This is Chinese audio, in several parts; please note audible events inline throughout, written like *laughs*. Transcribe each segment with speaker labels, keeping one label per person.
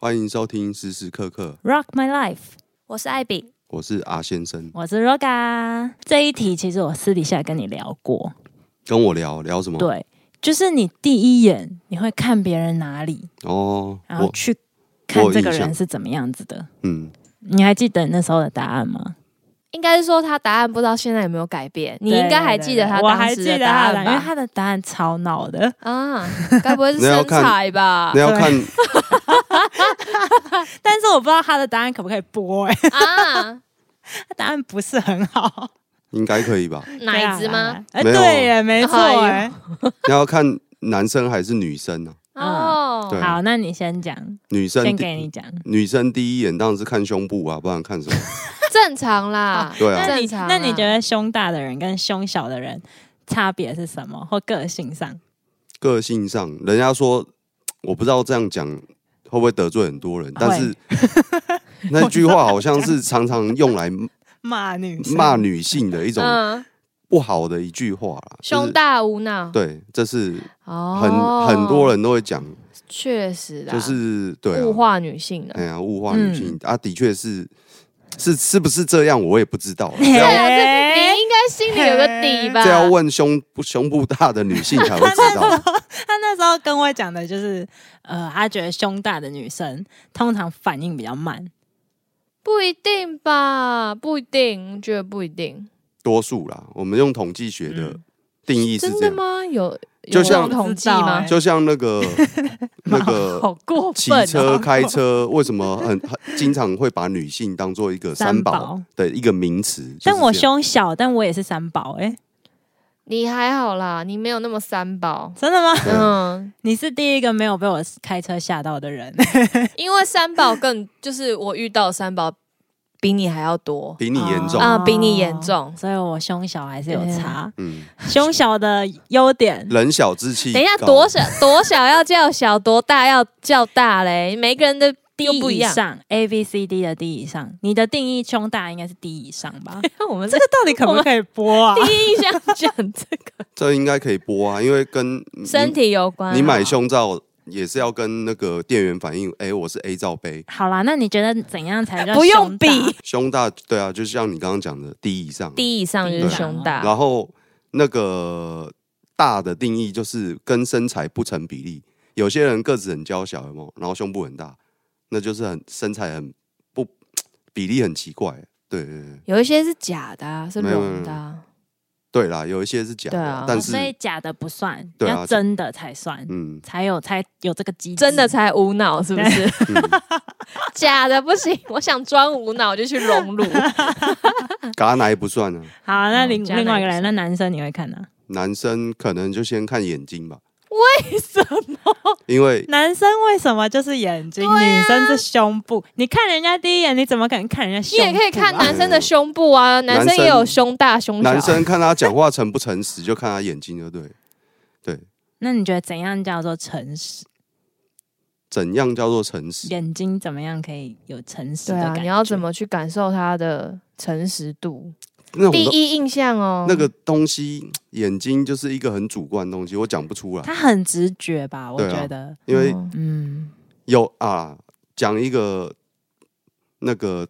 Speaker 1: 欢迎收听时时刻刻，
Speaker 2: Rock My Life，我是艾比，
Speaker 1: 我是阿先生。
Speaker 2: 我是 Roga。这一题其实我私底下跟你聊过，
Speaker 1: 跟我聊聊什么？
Speaker 2: 对，就是你第一眼你会看别人哪里，
Speaker 1: 哦，
Speaker 2: 然后
Speaker 1: 我
Speaker 2: 去看
Speaker 1: 我
Speaker 2: 这个
Speaker 1: 印象
Speaker 2: 人是怎么样子的。
Speaker 1: 嗯，
Speaker 2: 你还记得你那时候的答案吗？
Speaker 3: 应该是说他答案不知道现在有没有改变，你应该还记得他
Speaker 2: 对对对我
Speaker 3: 当
Speaker 2: 还
Speaker 3: 时
Speaker 2: 记
Speaker 3: 的
Speaker 2: 得
Speaker 3: 答
Speaker 2: 他
Speaker 3: 案
Speaker 2: 的，因为
Speaker 3: 吧？
Speaker 2: 他的答案超闹的， *laughs*
Speaker 3: 啊，该不会是
Speaker 1: 那要
Speaker 3: 身
Speaker 1: 看
Speaker 3: 材
Speaker 2: 啊
Speaker 3: 吧
Speaker 1: 那？要看
Speaker 2: 但是我不知道他的答案可不可以播、 *laughs* 哎，
Speaker 3: 啊，
Speaker 2: 他答案不是很好。
Speaker 1: *laughs* 应该可以吧？
Speaker 3: 奶子吗？
Speaker 2: 对啊？哎、
Speaker 1: 没有
Speaker 2: 对耶，没错
Speaker 3: 哎
Speaker 2: 哎
Speaker 3: 呦。
Speaker 1: 那要看男生还是女生呢、
Speaker 2: 啊
Speaker 1: 嗯对
Speaker 3: 哦，
Speaker 2: 好，那你先讲，
Speaker 1: 女生
Speaker 2: 先
Speaker 1: 第
Speaker 2: 给你讲。
Speaker 1: 女生第一眼当然是看胸部啊，不然看什么？
Speaker 3: 正常啦。
Speaker 1: 对
Speaker 2: *laughs*
Speaker 1: 啊，
Speaker 2: 那你
Speaker 3: 正常啊
Speaker 2: 那你觉得胸大的人跟胸小的人差别是什么？或个性上？
Speaker 1: 个性上，人家说我不知道这样讲会不会得罪很多人，但是 *laughs*
Speaker 2: *laughs*
Speaker 1: 那句话好像是常常用来
Speaker 2: 骂女生
Speaker 1: 骂女性的一种
Speaker 3: 嗯，
Speaker 1: 不好的一句话啦。就是
Speaker 3: 胸大无脑，
Speaker 1: 对，这是很、
Speaker 3: 哦，
Speaker 1: 很多人都会讲，
Speaker 3: 确实啦，
Speaker 1: 就是对
Speaker 3: 物
Speaker 1: 啊，
Speaker 3: 化女性
Speaker 1: 哎
Speaker 3: 的。嗯
Speaker 1: 呀，物化女性、啊，的确是是是不是这样，我也不知道啦。
Speaker 2: 嘿
Speaker 1: 这
Speaker 3: *laughs* 对
Speaker 1: 要
Speaker 3: 啊，这你应该心里有个底吧
Speaker 1: 这？要问胸胸部大的女性
Speaker 3: *laughs*
Speaker 1: 才会知道。
Speaker 2: 他那时候跟我讲的就是，呃，他觉得胸大的女生通常反应比较慢，
Speaker 3: 不一定吧？不一定，我觉得不一定。
Speaker 1: 多数啦，我们用统计学的定义是
Speaker 3: 嗯真
Speaker 1: 这
Speaker 3: 的
Speaker 1: 样。
Speaker 3: 吗？有
Speaker 1: 就
Speaker 3: 有这
Speaker 1: 像
Speaker 3: 种统计
Speaker 2: 我
Speaker 3: 吗
Speaker 2: 不知道欸？
Speaker 1: 就像那
Speaker 3: *laughs*
Speaker 1: 个那个
Speaker 2: *laughs* 好过
Speaker 1: 骑
Speaker 2: 分、哦。
Speaker 1: 车、开车，为什么很很经常会把女性当做一个三
Speaker 2: 三
Speaker 1: 宝
Speaker 2: 宝
Speaker 1: 的一个名词？就是
Speaker 2: 但我
Speaker 1: 这样
Speaker 2: 胸小，但我也是三宝哎、
Speaker 3: 你还好啦，你没有那么三宝。
Speaker 2: 真的吗？ *laughs*
Speaker 1: 对
Speaker 3: 嗯，
Speaker 2: 你是第一个没有被我开车吓到的人， *laughs*
Speaker 3: 因为三宝更就是我遇到的三宝比你还要多，
Speaker 1: 比你严重，
Speaker 3: 啊比你严重
Speaker 2: 所以我胸小还是有差。
Speaker 1: 嗯，
Speaker 2: 胸小的优 *laughs* 点，
Speaker 1: 人小志气高。
Speaker 3: 等一下，多小多小要叫小，多大要叫大嘞？每个人的又
Speaker 2: D
Speaker 3: 不一
Speaker 2: 以
Speaker 3: 样。
Speaker 2: 上，A B C D 的 D 以上，你的定义胸大应该是 D 以上吧？
Speaker 3: 我们
Speaker 2: 这个 *laughs* 到底可不可以播 *laughs* 啊？
Speaker 3: 第一印象讲这个
Speaker 1: 这应该可以播啊，因为跟
Speaker 3: 身体有关啊。
Speaker 1: 你你买胸罩也是要跟那个店员反映，哎，我是 A 罩杯，
Speaker 2: 好啦，那你觉得怎样才叫
Speaker 3: 不用
Speaker 2: 胸大
Speaker 3: 比
Speaker 1: 胸大，对啊，就像你刚刚讲的低以上，
Speaker 3: 第一啊以上就是胸大，
Speaker 1: 然后那个大的定义就是跟身材不成比例，有些人个子很娇小，有没有？然后胸部很大，那就是很身材很不比例很奇怪。对对对
Speaker 3: 有一些是假的啊，是
Speaker 1: 没有
Speaker 3: 隆的啊。
Speaker 1: 对啦，有一些是假的，
Speaker 3: 对啊
Speaker 1: 但
Speaker 2: 哦
Speaker 1: 是
Speaker 2: 所以假的不算，
Speaker 1: 对啊
Speaker 2: 要真的才算，
Speaker 1: 嗯
Speaker 2: 才有才有这个机制。
Speaker 3: 真的才无脑是不是？
Speaker 1: 嗯，
Speaker 3: *laughs* 假的不行，我想装无脑就去
Speaker 1: *laughs*
Speaker 3: 隆乳。
Speaker 1: 嘎奶不算啊。
Speaker 2: 好，那
Speaker 3: 嗯
Speaker 2: 另
Speaker 3: 假奶
Speaker 2: 另外一个
Speaker 3: 不
Speaker 2: 人，
Speaker 3: 算
Speaker 2: 那男生你会看啊呢？
Speaker 1: 男生可能就先看眼睛吧，
Speaker 3: 为什么？ *laughs*
Speaker 1: 因为
Speaker 2: 男生为什么就是眼睛，女生是胸部？你看人家第一眼，你怎么可能看人家
Speaker 3: 你
Speaker 2: 胸部啊？
Speaker 3: 也可以看男生的胸部啊，男生也有胸大胸小。啊
Speaker 1: 男生看他讲话诚不诚实，就看他眼睛，就对。对，
Speaker 2: 那你觉得怎样叫做诚实？
Speaker 1: 怎样叫做诚实？
Speaker 2: 眼睛怎么样可以有诚实
Speaker 3: 对
Speaker 2: 的
Speaker 3: 啊
Speaker 2: 感，觉？
Speaker 3: 你要怎么去感受他的诚实度？
Speaker 1: 那种
Speaker 3: 第
Speaker 1: 东
Speaker 3: 一印象哦，
Speaker 1: 那个东西，眼睛就是一个很主观的东西，我讲不出来。
Speaker 2: 他很直觉吧？我
Speaker 1: 对啊
Speaker 2: 觉得，
Speaker 1: 因为
Speaker 3: 嗯
Speaker 2: 嗯，
Speaker 1: 有啊，讲一个那个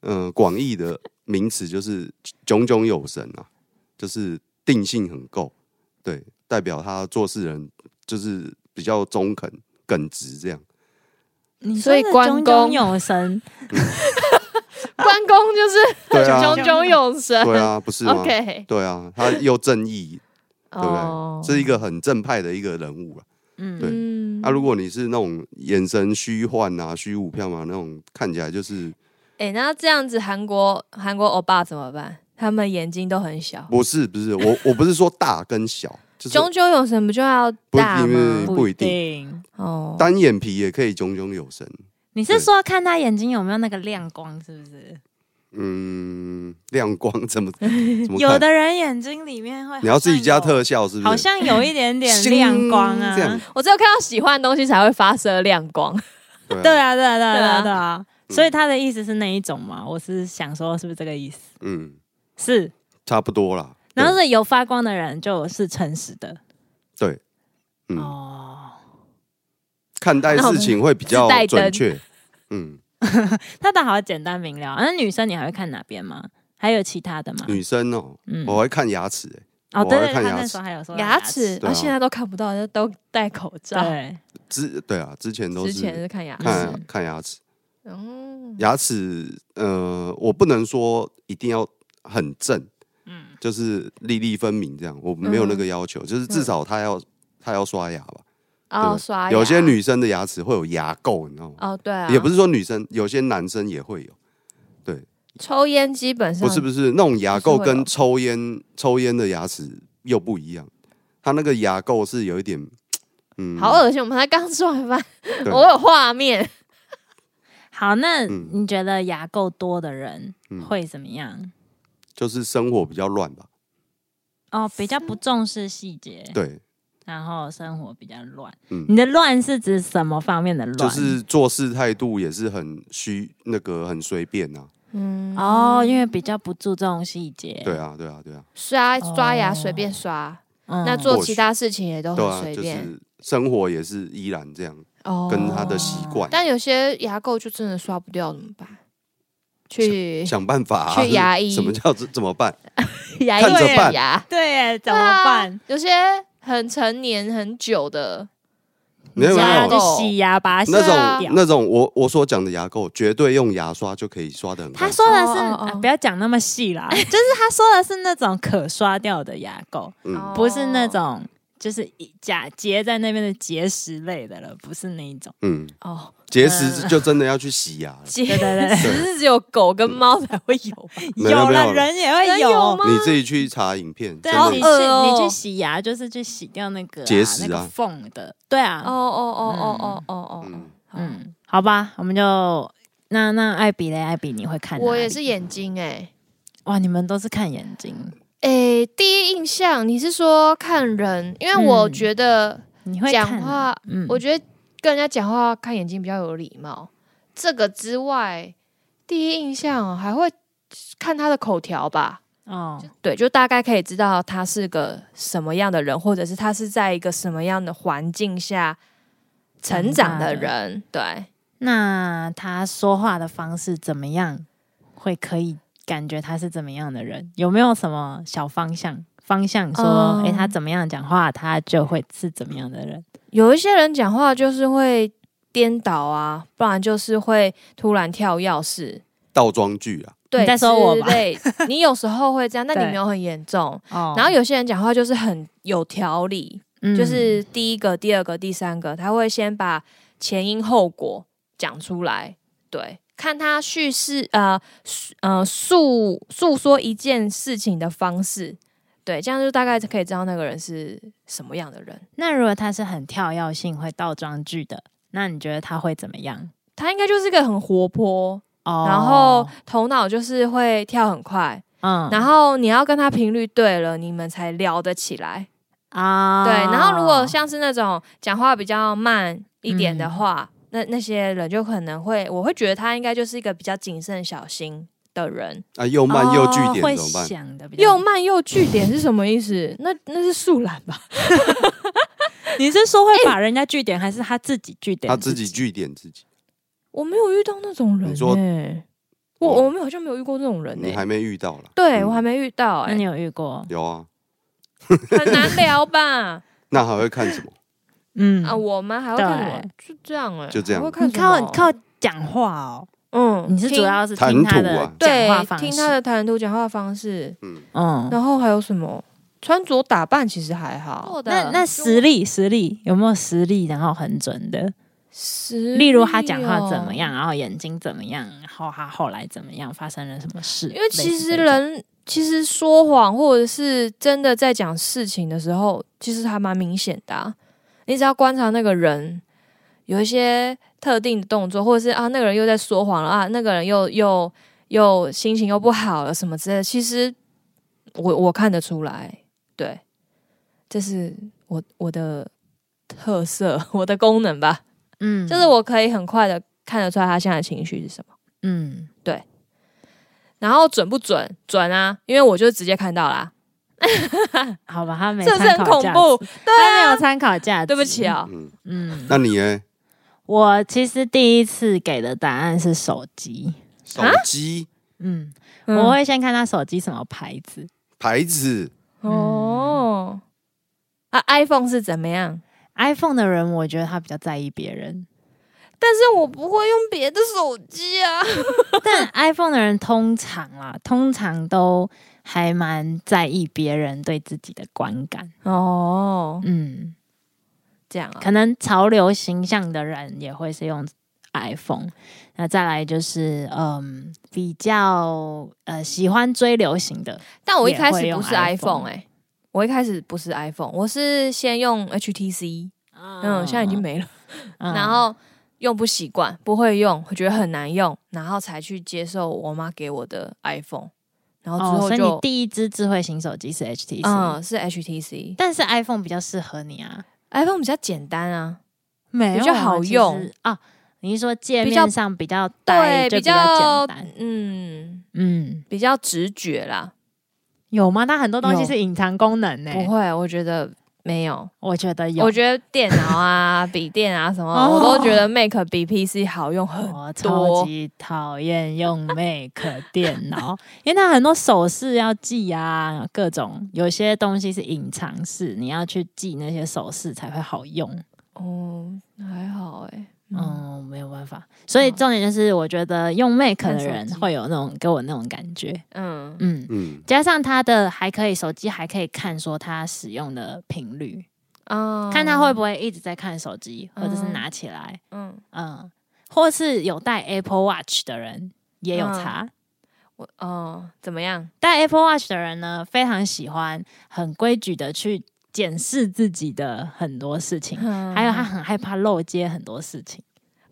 Speaker 1: 呃广义的名词，就是炯炯有神啊，就是定性很够，对，代表他做事人就是比较中肯、耿直这样。
Speaker 2: 你
Speaker 3: 所以
Speaker 2: 说的
Speaker 3: 关
Speaker 2: 炯
Speaker 3: 公
Speaker 2: 炯有神，
Speaker 3: 关公就是
Speaker 1: 对啊，
Speaker 3: 炯炯有神。
Speaker 1: 对啊，不是
Speaker 3: *laughs*
Speaker 1: 吗
Speaker 3: OK，
Speaker 1: 对啊，他又正义，对不对？
Speaker 3: 哦，
Speaker 1: 是一个很正派的一个人物啊。
Speaker 2: *laughs* 嗯，
Speaker 1: 对
Speaker 3: 嗯
Speaker 1: 啊，如果你是那种眼神虚幻啊、虚无缥缈那种，看起来就是
Speaker 3: 哎，那这样子韩国韩国欧巴怎么办？他们眼睛都很
Speaker 2: 哦
Speaker 3: 小，
Speaker 1: 不是不是我我不是说大跟
Speaker 2: *laughs*
Speaker 1: 小，就是
Speaker 3: 炯炯有神不就要
Speaker 1: 不
Speaker 3: 大
Speaker 1: 因为
Speaker 3: 吗？
Speaker 1: 不一定
Speaker 2: 定。
Speaker 3: 哦，
Speaker 1: 单眼皮也可以炯炯有神。
Speaker 2: 你是说看他眼睛有没有那个亮光，是不是？
Speaker 1: 嗯，亮光
Speaker 2: *laughs*
Speaker 1: 怎么怎么看
Speaker 2: 有的人眼睛里面会，
Speaker 1: 你要自己加，特效是不是？
Speaker 2: 好像有一点点
Speaker 1: 星
Speaker 2: 亮光啊
Speaker 1: 这。样
Speaker 3: 我只有看到喜欢的东西才会发射亮光。
Speaker 1: 对啊
Speaker 2: 对啊，对啊，对啊，对
Speaker 3: 对
Speaker 2: 啊，
Speaker 3: 啊
Speaker 2: 对啊。所以他的意思是那一种嘛？我是想说，是不是这个意思？
Speaker 1: 嗯，
Speaker 2: 是。
Speaker 1: 差不多啦。
Speaker 2: 然后是有发光的人就是诚实的
Speaker 1: 嗯对，对嗯，
Speaker 2: 哦。
Speaker 1: 看待事情会比较
Speaker 3: 自带灯
Speaker 1: 准确。嗯，
Speaker 2: 他倒好简单明了。啊那女生你还会看哪边吗？还有其他的吗？
Speaker 1: 女生哦，
Speaker 2: 嗯，
Speaker 1: 我会看牙齿、欸，
Speaker 2: 哦，
Speaker 1: 我
Speaker 2: 对
Speaker 1: 还
Speaker 2: 对，
Speaker 1: 看
Speaker 2: 他
Speaker 1: 牙
Speaker 2: 那
Speaker 1: 齿
Speaker 2: 时候还有说
Speaker 3: *laughs* 牙哦
Speaker 2: 齿
Speaker 3: 齿，，
Speaker 1: 对
Speaker 3: 啊，
Speaker 1: 啊
Speaker 3: 现在都看不到，都戴口罩。
Speaker 2: 对，
Speaker 1: 之对啊，之前都
Speaker 3: 之前
Speaker 1: 是
Speaker 3: 是看牙齿，
Speaker 1: 看看牙齿，
Speaker 3: 嗯，
Speaker 1: 牙齿呃，我不能说一定要很正，
Speaker 2: 嗯，
Speaker 1: 就是粒粒分明这样，我没
Speaker 3: 嗯
Speaker 1: 有那个要求，就是至少她要她要刷牙吧。
Speaker 3: 哦，
Speaker 1: 对
Speaker 3: 刷牙
Speaker 1: 有些女生的牙齿会有牙垢，你知道吗？
Speaker 3: 哦，对啊，
Speaker 1: 也不是说女生，有些男生也会有。
Speaker 3: 抽烟，基本上
Speaker 1: 不是不是，那种牙垢
Speaker 3: 就是会有
Speaker 1: 跟抽烟抽烟的牙齿又不一样，它那个牙垢是有一点，嗯，
Speaker 3: 好恶心，我们才刚吃完饭，
Speaker 1: 对
Speaker 3: 我有画面。
Speaker 2: 好，那
Speaker 1: 嗯
Speaker 2: 你觉得牙垢多的人
Speaker 1: 嗯
Speaker 2: 会怎么样？
Speaker 1: 就是生活比较乱吧，
Speaker 2: 哦，比较不重视细节，
Speaker 1: 对，
Speaker 2: 然后生活比较乱。
Speaker 1: 嗯
Speaker 2: 你的乱是指什么方面的乱？
Speaker 1: 就是做事态度也是很虚，那个很随便啊呐、
Speaker 3: 嗯，
Speaker 2: 哦，因为比较不注重细节。
Speaker 1: 对啊，对啊，对啊，
Speaker 3: 刷刷牙
Speaker 2: 哦
Speaker 3: 随便刷，
Speaker 2: 嗯，
Speaker 3: 那做其他事情也都
Speaker 1: 对
Speaker 3: 很
Speaker 1: 啊，
Speaker 3: 随
Speaker 1: 就
Speaker 3: 便
Speaker 1: 是生活也是依然这样，
Speaker 3: 哦
Speaker 1: 跟他的习惯，
Speaker 3: 但有些牙垢就真的刷不掉，怎么办？去
Speaker 1: 想办法、啊、
Speaker 3: 去牙医
Speaker 1: 什么叫怎怎么办？
Speaker 3: *laughs* 牙
Speaker 1: 看着
Speaker 3: 医
Speaker 1: 办
Speaker 3: 牙，
Speaker 2: 对耶，怎
Speaker 3: 对啊
Speaker 2: 么办？？
Speaker 3: 有些很成年很久的，
Speaker 1: 没有没
Speaker 2: 牙就
Speaker 1: 有。
Speaker 2: 洗牙，把它洗
Speaker 1: 那
Speaker 3: 啊
Speaker 1: 种
Speaker 2: 掉。
Speaker 1: 那种我我所讲的牙垢，绝对用牙刷就可以刷的很干
Speaker 2: 他
Speaker 1: 净。
Speaker 2: 说的是、
Speaker 3: 哦哦哦
Speaker 2: 啊不要讲那么细啦， *laughs* 就是他说的是那种可刷掉的牙垢，
Speaker 3: 哦
Speaker 1: 嗯，
Speaker 2: 哦不是那种就是一假结在那边的结石类的了，不是那一种。
Speaker 1: 嗯，
Speaker 3: 哦，
Speaker 1: 结石就真的要去洗
Speaker 3: *laughs*
Speaker 1: 牙了。
Speaker 3: 结
Speaker 2: 对对 *laughs* 对
Speaker 3: 石是只有狗跟猫才会有
Speaker 2: *laughs*
Speaker 3: 吧，
Speaker 1: 没有
Speaker 2: 有
Speaker 1: 没有
Speaker 2: 了人也
Speaker 3: 人
Speaker 2: 会
Speaker 3: 有
Speaker 2: 有。
Speaker 3: 吗
Speaker 1: 你自己去查影片，
Speaker 2: 对
Speaker 1: 真
Speaker 2: 啊，
Speaker 1: 的
Speaker 2: 你去、
Speaker 3: 好恶哦
Speaker 2: 你去洗牙，就是去洗掉那个、啊、
Speaker 1: 结石啊
Speaker 2: 那个缝的。对啊，
Speaker 3: 哦哦哦哦哦哦哦
Speaker 1: 嗯，
Speaker 3: 嗯，
Speaker 2: 嗯，好吧，我们就那那艾比嘞，艾比你会看哪里？
Speaker 3: 我也是眼睛哎
Speaker 2: 哇，你们都是看眼睛，
Speaker 3: 哎，第一印象你是说看人，因为我
Speaker 2: 嗯
Speaker 3: 觉得
Speaker 2: 你会
Speaker 3: 讲
Speaker 2: 看
Speaker 3: 话
Speaker 2: 哪，嗯
Speaker 3: 我觉得跟人家讲话看眼睛比较有礼貌。这个之外，第一印象哦还会看他的口条吧。
Speaker 2: 哦，
Speaker 3: 对，就大概可以知道他是个什么样的人，或者是他是在一个什么样的环境下成长的人。对，
Speaker 2: 那他说话的方式怎么样，会可以感觉他是怎么样的人？有没有什么小方向？方向说
Speaker 3: 嗯，
Speaker 2: 诶，他怎么样讲话，他就会是怎么样的人？
Speaker 3: 有一些人讲话就是会颠倒啊，不然就是会突然跳钥匙。
Speaker 1: 倒装句啊，
Speaker 3: 对，
Speaker 2: 你在说我吧
Speaker 3: 之类你有时候会
Speaker 2: *laughs*
Speaker 3: 这样，但你
Speaker 2: 对
Speaker 3: 没有很严重。
Speaker 2: 哦嗯
Speaker 3: 然后有些人讲话就是很有条理，
Speaker 2: 有
Speaker 3: 就是第一个、第二个、第三个，他会先把前因后果讲出来，对，看他叙事呃叙呃诉诉说一件事情的方式，对，这样就大概可以知道那个人是什么样的人。
Speaker 2: 那如果他是很跳跃性会倒装句的，那你觉得他会怎么样？
Speaker 3: 他应该就是个很活泼，
Speaker 2: 哦
Speaker 3: 然后头脑就是会跳很快，
Speaker 2: 嗯
Speaker 3: 然后你要跟他频率对了，你们才聊得起来。
Speaker 2: 啊
Speaker 3: 对，然后如果像是那种讲话比较慢一点的
Speaker 2: 嗯
Speaker 3: 话，那那些人就可能会，我会觉得他应该就是一个比较谨慎小心的人。
Speaker 1: 啊又慢又据
Speaker 2: 哦会
Speaker 1: 点怎么办？
Speaker 2: 想的比较
Speaker 3: 又慢又据点是什么意思？那那是素懒吧？
Speaker 2: 你是说会把人家据点，还是他自己据点？
Speaker 1: 他自己据点自己，
Speaker 3: 我没有遇到那种人、欸，
Speaker 1: 你说
Speaker 3: 我
Speaker 1: 哦
Speaker 3: 我们好像没有遇过这种人、
Speaker 1: 你
Speaker 3: 欸，
Speaker 1: 还没遇到啦。
Speaker 3: 对
Speaker 1: 嗯
Speaker 3: 我还没遇到、
Speaker 2: 那
Speaker 3: 欸，
Speaker 2: 你
Speaker 3: 哎，
Speaker 2: 有遇过？
Speaker 1: 有啊，
Speaker 3: 很难聊吧？
Speaker 1: 那还会看什么？
Speaker 2: 嗯
Speaker 3: 啊，我们还会看什么？就这样、哎，
Speaker 1: 就这样
Speaker 3: 还会看
Speaker 2: 你
Speaker 3: 什么
Speaker 2: 靠靠讲话哦，
Speaker 3: 嗯，
Speaker 2: 你是主
Speaker 3: 听
Speaker 2: 要是
Speaker 1: 谈
Speaker 2: 听他
Speaker 1: 吐
Speaker 2: 的
Speaker 1: 啊
Speaker 2: 讲话
Speaker 3: 对
Speaker 2: 方
Speaker 3: 听
Speaker 2: 式，
Speaker 3: 他的谈吐、讲话方式，
Speaker 2: 嗯。
Speaker 3: 然后还有什么？穿着打扮其实还好，
Speaker 2: 那那实力实力有没有实力？然后很准的，
Speaker 3: 实哦
Speaker 2: 例如他讲话怎么
Speaker 3: 嗯
Speaker 2: 样，？然后眼睛怎么样，然后他后来怎么样，发生了什么事？
Speaker 3: 因为其
Speaker 2: 类似这
Speaker 3: 实
Speaker 2: 种
Speaker 3: 人其实说谎或者是真的在讲事情的时候，其实还蛮明显的、啊。你只要观察那个人有一些特定的动作，或者是啊那个人又在说谎了啊，那个人又又又心情又不好了什么之类的，其实我我看得出来，对，这是我我的特色， *laughs* 我的功能吧。
Speaker 2: 嗯，
Speaker 3: 就是我可以很快的看得出来他现在的情绪是什么。
Speaker 2: 嗯，
Speaker 3: 然后准不准？准啊，因为我就直接看到啦，
Speaker 2: 好吧，他没
Speaker 3: 这是
Speaker 2: 参
Speaker 3: 很
Speaker 2: 考
Speaker 3: 恐
Speaker 2: 价值，
Speaker 3: 怖。
Speaker 2: 他没有参考价值，
Speaker 3: 对不起，啊、
Speaker 1: 嗯，
Speaker 2: 嗯，
Speaker 1: 那你呢？
Speaker 2: 我其实第一次给的答案是手机，
Speaker 1: 手机
Speaker 2: 嗯，
Speaker 3: 嗯
Speaker 2: 我会先看他手机什么牌子。
Speaker 1: 牌子
Speaker 3: 嗯哦啊，iPhone 是怎么样？
Speaker 2: iPhone 的人，我觉得他比较在意别
Speaker 3: *laughs*
Speaker 2: 人，
Speaker 3: 但是我不会用别的手机啊。
Speaker 2: 但 iPhone 的人通常啦，通常都还蛮在意别人对自己的观感。
Speaker 3: 哦，
Speaker 2: 嗯，
Speaker 3: 这样啊，
Speaker 2: 可能潮流形象的人也会是用 iPhone。那再来就是，嗯，比较呃喜欢追流行的，
Speaker 3: 但我一开始
Speaker 2: 也会用
Speaker 3: 不是
Speaker 2: iPhone
Speaker 3: iPhone 哎、我一开始不是 iPhone，我是先用 HTC，嗯，
Speaker 2: 嗯
Speaker 3: 现在已经，没了，
Speaker 2: 嗯
Speaker 3: 然后用不习惯，不会用，我觉得很难用，然后才去接受我妈给我的 iPhone，然后
Speaker 2: 哦，
Speaker 3: 之后
Speaker 2: 所以
Speaker 3: 就、
Speaker 2: 你第一支智慧型手机是 HTC，、
Speaker 3: 嗯是 HTC，iPhone
Speaker 2: 但是 iPhone 比较适合你啊，
Speaker 3: 比较简单啊，
Speaker 2: 没
Speaker 3: 比较好用
Speaker 2: 啊。你是说界
Speaker 3: 比较
Speaker 2: 面上比较呆
Speaker 3: 对，
Speaker 2: 就
Speaker 3: 比
Speaker 2: 比较
Speaker 3: 较
Speaker 2: 简单，
Speaker 3: 嗯
Speaker 2: 嗯，
Speaker 3: 比较直觉啦，
Speaker 2: 有吗？它很多东西
Speaker 3: 有
Speaker 2: 是隐藏功能呢、
Speaker 3: 不会，我觉得没有。
Speaker 2: 我觉得有，哦
Speaker 3: 我觉得电脑啊、笔电
Speaker 2: *laughs*
Speaker 3: 啊什么，我都觉得 Mac 比 PC 好用很
Speaker 2: 我
Speaker 3: 嗯多
Speaker 2: 哦超级讨厌用 Mac 电
Speaker 3: *laughs*
Speaker 2: 脑，因为它很多手势要记啊，各种有些东西是隐藏式，你要去记那些手势才会好用。
Speaker 3: 哦，还好哎、嗯，哦
Speaker 2: 嗯，没有办法。所以重点就是，我觉得用 Mac
Speaker 3: 看
Speaker 2: 的
Speaker 3: 手
Speaker 2: 人
Speaker 3: 机
Speaker 2: 会有那种给我那种感觉，
Speaker 3: 嗯，
Speaker 2: 嗯。
Speaker 1: 嗯，
Speaker 2: 加上它的还可以，手机还可以看说它使用的频率，
Speaker 3: 啊
Speaker 2: 看他会，不会一直在看手机，或者是
Speaker 3: 嗯
Speaker 2: 拿起来，
Speaker 3: 嗯，
Speaker 2: 嗯，或是有戴 Apple Watch 的人也有
Speaker 3: 嗯
Speaker 2: 差，
Speaker 3: 我哦，怎么样？
Speaker 2: 戴 Apple Watch 的人呢，非常喜欢很规矩的去检视自己的很多事情，
Speaker 3: 嗯
Speaker 2: 还有他很害怕漏接很多事情，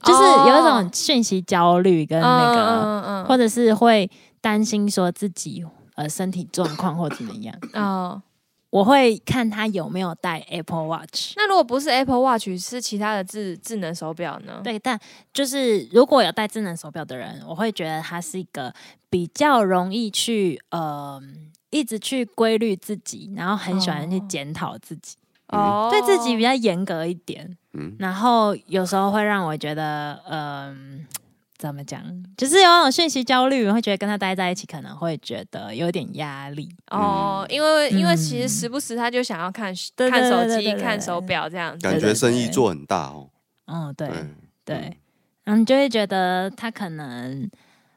Speaker 2: 嗯就是有一种讯息焦虑跟那个，
Speaker 3: 哦嗯
Speaker 2: 或者是会担心说自己呃身体状况或怎么样。
Speaker 3: 嗯哦，
Speaker 2: 我会看他有没有戴 Apple Watch。
Speaker 3: 那如果不是 Apple Watch，是其他的智智能手表呢？，
Speaker 2: 对，但就是如果有戴智能手表的人，我会觉得他是一个比较容易去呃一直去规律自己，然后很喜欢去
Speaker 3: 哦
Speaker 2: 检讨自己，
Speaker 3: 哦，
Speaker 2: 对自己比较严格一点。
Speaker 1: 嗯
Speaker 2: 然后有时候会让我觉得，嗯、怎么讲，就是有那种讯息焦虑，会觉得跟他待在一起可能会觉得有点压力。
Speaker 3: 哦，因为因为其实
Speaker 2: 嗯
Speaker 3: 时不时他就想要看
Speaker 2: 对
Speaker 3: 看
Speaker 2: 对
Speaker 3: 手
Speaker 2: 对对
Speaker 3: 机、
Speaker 2: 对
Speaker 3: 看
Speaker 2: 对
Speaker 3: 手表这样子，
Speaker 1: 感
Speaker 2: 对
Speaker 1: 觉
Speaker 2: 对
Speaker 1: 生意
Speaker 2: 对
Speaker 1: 做很大哦。
Speaker 2: 嗯，对对
Speaker 1: 嗯，
Speaker 2: 然后你就会觉得他可能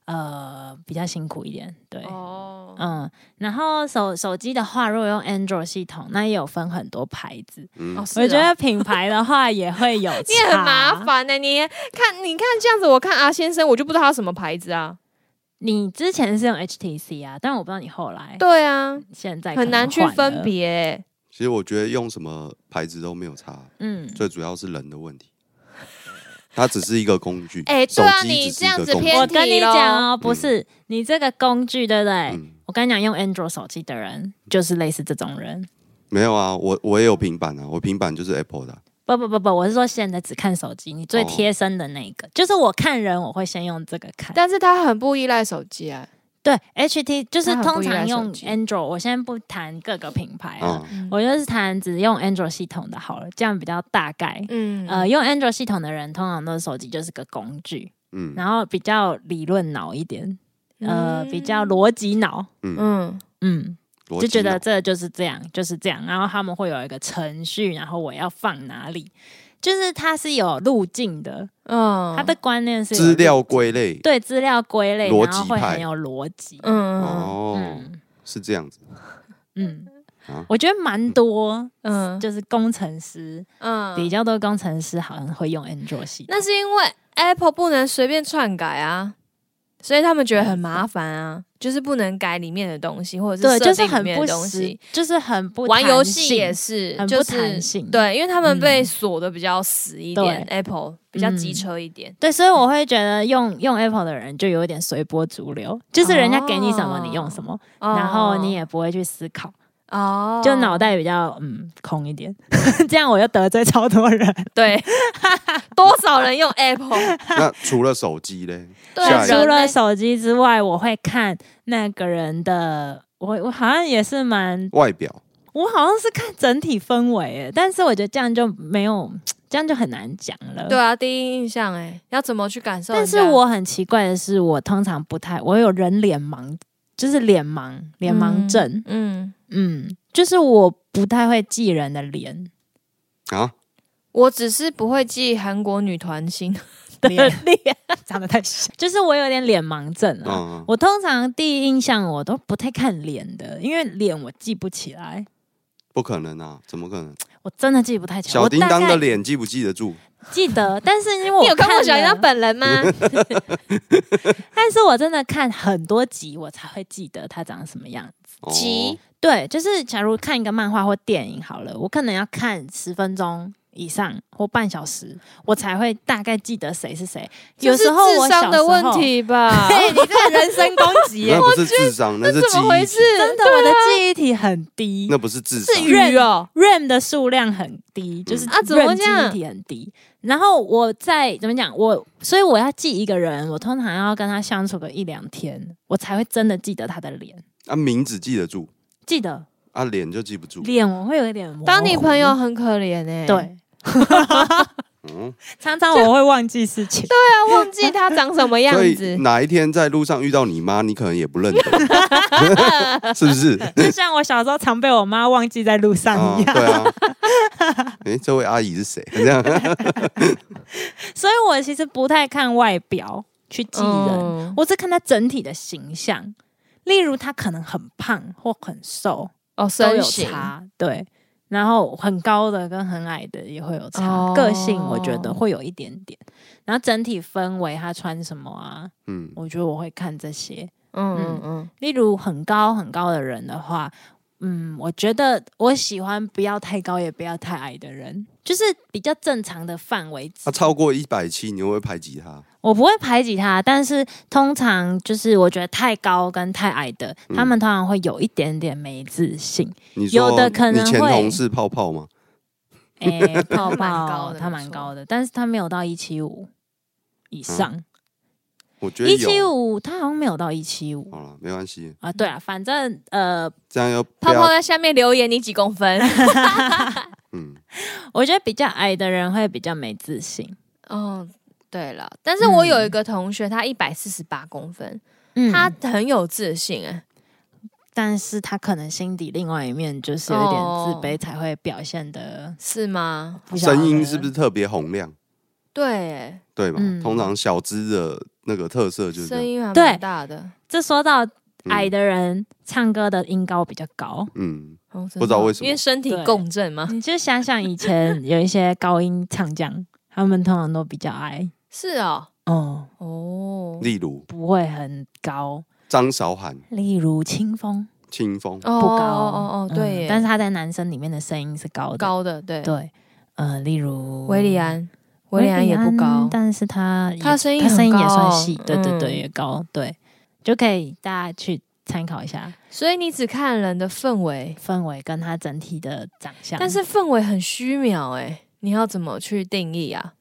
Speaker 2: 呃比较辛苦一点，对。
Speaker 3: 哦，
Speaker 2: 嗯，然后手手机的话，如果用 Android 系统，那也有分很多牌子。
Speaker 1: 嗯
Speaker 3: 哦，是
Speaker 2: 我觉
Speaker 3: 哦
Speaker 2: 得品牌的话也会有
Speaker 3: *laughs* 你也很
Speaker 2: 差
Speaker 3: 麻烦呢、你看，你看这样子，我看阿先生，我就不知道他什么牌子啊。
Speaker 2: 你之前是用 HTC 啊，但我不知道你后来
Speaker 3: 对啊，
Speaker 2: 现在可
Speaker 3: 很
Speaker 2: 能
Speaker 3: 难去
Speaker 2: 换
Speaker 3: 分
Speaker 2: 了。
Speaker 3: 别、
Speaker 1: 其实我觉得用什么牌子都没有差，
Speaker 2: 嗯，
Speaker 1: 最主要是人的问题。它只是一个工具，
Speaker 3: *laughs* 哎
Speaker 1: 手
Speaker 3: 对啊
Speaker 1: 机
Speaker 3: 你
Speaker 1: 只是
Speaker 3: 这样
Speaker 1: 一个
Speaker 3: 子
Speaker 1: 工具
Speaker 3: 偏
Speaker 2: 我跟你讲哦，不
Speaker 1: 嗯
Speaker 2: 是你这个工具对不对？
Speaker 1: 嗯，
Speaker 2: 我跟你讲，用 Android 手机的人就是类似这种人。
Speaker 1: 没有啊，我我也有平板啊，我平板就是 Apple 的啊、
Speaker 2: 不不不不，我是说现在只看手机，你最
Speaker 1: 哦
Speaker 2: 贴身的那一个，就是我看人我会先用这个看。
Speaker 3: 但是他很不依赖手机啊。
Speaker 2: 对，HT 就是
Speaker 3: 它很啊不
Speaker 2: 通
Speaker 3: 依赖
Speaker 2: 常
Speaker 3: 手
Speaker 2: 用
Speaker 3: 机
Speaker 2: Android，我先不谈各个品
Speaker 3: 哎
Speaker 2: 牌了，
Speaker 1: 嗯，
Speaker 2: 我就是谈只用 Android 系统的好了，这样比较大概。
Speaker 3: 嗯
Speaker 2: 呃，用 Android 系统的人，通常都手机就是个工具，
Speaker 1: 嗯
Speaker 2: 然后比较理论脑一点，呃，比较，逻辑脑，
Speaker 1: 嗯，
Speaker 3: 嗯
Speaker 2: 嗯，
Speaker 1: 逻
Speaker 2: 就
Speaker 1: 辑啊
Speaker 2: 觉得
Speaker 1: 脑
Speaker 2: 这就是这样，就是这样。然后他们会有一个程序，然后我要放哪里，就是它是有路径的，
Speaker 3: 嗯
Speaker 2: 它的观念是有
Speaker 1: 资
Speaker 2: 路
Speaker 1: 料归类，
Speaker 2: 对资料归类，
Speaker 1: 逻
Speaker 2: 然后
Speaker 1: 辑
Speaker 2: 会
Speaker 1: 派
Speaker 2: 很有逻辑，
Speaker 3: 嗯
Speaker 1: 哦，
Speaker 2: 嗯
Speaker 1: 是这样子， *laughs*
Speaker 2: 嗯
Speaker 1: 啊，
Speaker 2: 我觉得蛮多，
Speaker 3: 嗯
Speaker 2: 就是工程师
Speaker 3: 嗯
Speaker 2: 比较多，工程师好像会用 Android 系统。
Speaker 3: 那是因为 Apple 不能随便篡改啊，所以他们觉得很麻烦啊，就是不能改里面的东西，或者
Speaker 2: 对，
Speaker 3: 是
Speaker 2: 就
Speaker 3: 设
Speaker 2: 是
Speaker 3: 定里
Speaker 2: 很
Speaker 3: 面
Speaker 2: 不
Speaker 3: 的东
Speaker 2: 实
Speaker 3: 西。，
Speaker 2: 就是很不
Speaker 3: 玩
Speaker 2: 弹
Speaker 3: 游戏
Speaker 2: 性
Speaker 3: 也是，
Speaker 2: 很
Speaker 3: 就
Speaker 2: 不
Speaker 3: 是
Speaker 2: 弹性。
Speaker 3: 对，因为他们被
Speaker 2: 嗯
Speaker 3: 锁的比较死一点
Speaker 2: 对
Speaker 3: ，Apple 比较机
Speaker 2: 嗯
Speaker 3: 车一点。
Speaker 2: 对，所以我会觉得用用 Apple 的人就有点随波逐流，就是人家给你什么
Speaker 3: 哦
Speaker 2: 你用什么，
Speaker 3: 哦
Speaker 2: 嗯然后你也不会去思考，
Speaker 3: 哦，
Speaker 2: 就脑袋比较嗯空一点， *laughs* 这样我就得罪超多人。
Speaker 3: 对， *laughs* 多少人用
Speaker 2: *laughs*
Speaker 3: Apple？
Speaker 1: 那除了手机嘞，
Speaker 3: 对啊
Speaker 1: 下一
Speaker 2: 除
Speaker 1: 个
Speaker 2: 了
Speaker 3: 人类
Speaker 2: 手机之外，我会看那个人的，我我好像也是蛮
Speaker 1: 外表
Speaker 2: 我好像是看整体氛围耶，但是我觉得这样就没有，这样就很难讲了。
Speaker 3: 对啊，第一印象哎、要怎么去感受人
Speaker 2: 但
Speaker 3: 家？
Speaker 2: 是我很奇怪的是，我通常不太，我有人脸盲，就是脸盲，脸盲症，
Speaker 3: 嗯，
Speaker 2: 嗯就是我不太会记人的
Speaker 3: *laughs*
Speaker 2: 脸
Speaker 1: 啊，
Speaker 3: 我只是不会记韩国女团星
Speaker 2: 的
Speaker 3: 脸
Speaker 2: 脸，
Speaker 3: *laughs*
Speaker 2: 长得太像，就是我有点脸盲症啊。
Speaker 1: 嗯，
Speaker 2: 我通常第一印象我都不太看脸的，因为脸我记不起来，
Speaker 1: 不可能啊，怎么可能？
Speaker 2: 我真的记不太起来。
Speaker 1: 小叮当
Speaker 2: 我大
Speaker 1: 的
Speaker 2: 概
Speaker 1: 脸记不记得住？
Speaker 2: 记得，但是因为我
Speaker 3: 你有哦看过
Speaker 2: 了
Speaker 3: 小叮当本人 *laughs* 吗？
Speaker 2: 但是我真的看很多集，我才会记得他长什么样。
Speaker 1: 哦
Speaker 3: 急
Speaker 2: 对，就是假如看一个漫画或电影好了，我可能要看十分钟以上或半小时，我才会大概记得谁是谁。有
Speaker 3: 这是
Speaker 2: 时候我
Speaker 3: 智
Speaker 2: 小
Speaker 3: 商的
Speaker 2: 时候
Speaker 3: 问，题
Speaker 2: *laughs*
Speaker 3: 吧？
Speaker 2: 嘿，你这人身攻击耶
Speaker 1: *laughs* 那！不是智商，那是
Speaker 3: 怎么回
Speaker 1: 记
Speaker 3: 事
Speaker 1: 忆，？
Speaker 2: 真的，我的记忆体很低
Speaker 1: 那不是智商
Speaker 3: 是。鱼哦，
Speaker 2: ，RAM 的数量很低，就是
Speaker 3: 啊怎么
Speaker 2: RAM
Speaker 3: 这样
Speaker 2: 记忆体很低。然后我在怎么讲，我所以我要记一个人，我通常要跟他相处个一两天，我才会真的记得他的脸，
Speaker 1: 啊，名字记得住，
Speaker 2: 记得
Speaker 1: 啊，脸就记不住。
Speaker 2: 脸我会有一点模糊
Speaker 3: 当你朋
Speaker 1: 哦
Speaker 3: 友很可怜哎、欸，对
Speaker 2: 对，
Speaker 1: 嗯，
Speaker 2: 常常我会忘记事 *laughs* 情。
Speaker 3: 啊，忘记他长什么样
Speaker 1: 所以 *laughs*
Speaker 3: 子，
Speaker 1: 哪一天在路上遇到你妈，你可能也不认得，
Speaker 2: *laughs*
Speaker 1: 是不是？
Speaker 2: 就像我小时候常被我妈忘记在路上
Speaker 1: 啊，
Speaker 2: 一样，
Speaker 1: 对啊。哎，这位阿姨是谁？这样
Speaker 2: 所以我其实不太看外表去记人，
Speaker 3: 嗯
Speaker 2: 我只看他整体的形象。例如他可能很胖或很瘦
Speaker 3: 哦，
Speaker 2: 都有
Speaker 3: 身形
Speaker 2: 差，对，然后很高的跟很矮的也会有差，
Speaker 3: 哦
Speaker 2: 个性我觉得会有一点点，然后整体氛围他穿什么啊，
Speaker 1: 嗯，
Speaker 2: 我觉得我会看这些，
Speaker 3: 嗯嗯嗯，
Speaker 2: 例如很高很高的人的话，嗯，我觉得我喜欢不要太高也不要太矮的人，就是比较正常的范围之
Speaker 1: 他啊超过一百七，你会不会排挤他？
Speaker 2: 我不会排挤他，但是通常就是我觉得太高跟太矮的，
Speaker 1: 嗯
Speaker 2: 他们通常会有一点点没
Speaker 1: *laughs*
Speaker 2: 自信。
Speaker 1: 你说
Speaker 2: 有的可能
Speaker 1: 你前
Speaker 2: 会
Speaker 1: 同事泡泡吗？
Speaker 2: 哎、泡
Speaker 3: 蛮
Speaker 2: 泡
Speaker 3: 高的
Speaker 2: 他
Speaker 3: 没
Speaker 2: 蛮
Speaker 3: 错
Speaker 2: 高的，但是他没有到一七五以上，
Speaker 1: 我嗯觉得
Speaker 2: 一七
Speaker 1: 有。哦
Speaker 2: 五他好像没有到一七五
Speaker 1: 好了，没关系，
Speaker 2: 啊。对啊，反正呃，
Speaker 1: 这样要不
Speaker 3: 泡泡
Speaker 1: 要？
Speaker 3: 在下面留言你几
Speaker 2: *laughs*
Speaker 3: 公分？
Speaker 1: 嗯，
Speaker 2: 我觉得比较矮的人会比较没自信。
Speaker 3: 哦，对了，但是我有一个同学，他一百四十八公分，
Speaker 2: 嗯
Speaker 3: 他很有自信哎、
Speaker 2: 但是他可能心底另外一面就是有一点
Speaker 3: 哦
Speaker 2: 自卑，才会表现的
Speaker 3: 是吗？
Speaker 1: 声音是不是？特别洪亮？
Speaker 3: 对、欸，
Speaker 1: 对吧？
Speaker 2: 嗯
Speaker 1: 通常小资的那个特色就是这
Speaker 3: 声
Speaker 1: 样。
Speaker 3: 音还
Speaker 2: 对
Speaker 3: 蛮大的，
Speaker 2: 这说到
Speaker 1: 嗯
Speaker 2: 矮的人、唱歌的音高比较高，
Speaker 1: 嗯，
Speaker 3: 哦真的
Speaker 1: 不知道为什么
Speaker 3: 因为身体
Speaker 2: 对
Speaker 3: 共振嘛。
Speaker 2: 你就想想以前有一些高音唱将，他们通常都比较矮
Speaker 3: 是 *laughs* 哦，
Speaker 2: 哦，
Speaker 3: 哦，
Speaker 1: 例如
Speaker 2: 不会很高。
Speaker 1: 张韶涵、
Speaker 2: 例如清风
Speaker 1: 清风，
Speaker 3: 哦
Speaker 2: 不高
Speaker 3: 哦哦哦，
Speaker 2: 嗯
Speaker 3: 对耶，
Speaker 2: 但是他在男生里面的声音是高的。
Speaker 3: 高的对，
Speaker 2: 对，呃，例如
Speaker 3: 维里，安，维里安也不高，
Speaker 2: 但是他也
Speaker 3: 他声音
Speaker 2: 他声音
Speaker 3: 很
Speaker 2: 也
Speaker 3: 高
Speaker 2: 算
Speaker 3: 哦
Speaker 2: 细，对对对，
Speaker 3: 嗯
Speaker 2: 也高，对，就可以大家去参考一下
Speaker 3: 所以你只看人的氛围，
Speaker 2: 氛围跟他整体的长相。
Speaker 3: 但是氛围很虚渺哎、你要怎么去定义啊？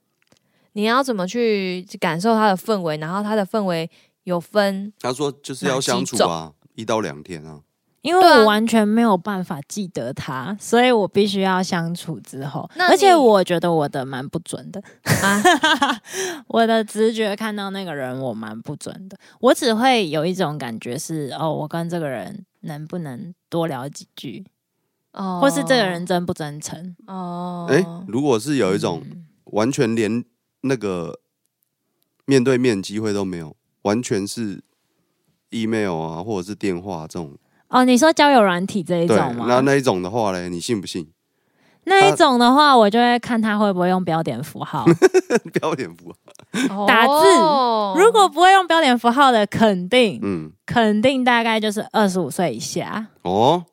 Speaker 3: 你要怎么去感受它的氛围？然后它的氛围
Speaker 2: *laughs*
Speaker 3: 有分
Speaker 1: 他说就是要相处啊，一到两天啊。
Speaker 2: 因为
Speaker 3: 对啊
Speaker 2: 我完全没有办法记得他，所以我必须要相处之后，
Speaker 3: 那
Speaker 2: 而且
Speaker 3: 你
Speaker 2: 我觉得我的蛮不准的， *laughs*
Speaker 3: 啊，
Speaker 2: 我的直觉看到那个人我蛮不准的，我只会有一种感觉是哦，我跟这个人能不能多聊几句，
Speaker 3: 哦
Speaker 2: 或是这个人真不真诚。
Speaker 3: 哦，
Speaker 1: 哎、如果是有一种
Speaker 2: 嗯
Speaker 1: 完全连那个面对面机会都没有，完全是 email 啊，或者是电话、这种，
Speaker 2: 哦，你说交友软体这一
Speaker 1: 对，
Speaker 2: 种吗？
Speaker 1: 那那一种的话嘞，你信不信？ *laughs*
Speaker 2: 那一种的话，我就会看他会不会用标点符号。
Speaker 1: 标点符啊号，
Speaker 2: 打字
Speaker 3: 哦
Speaker 2: 如果不会用标点符号的，肯定
Speaker 1: 嗯，
Speaker 2: 肯定大概就是二十五岁以下。
Speaker 1: 哦，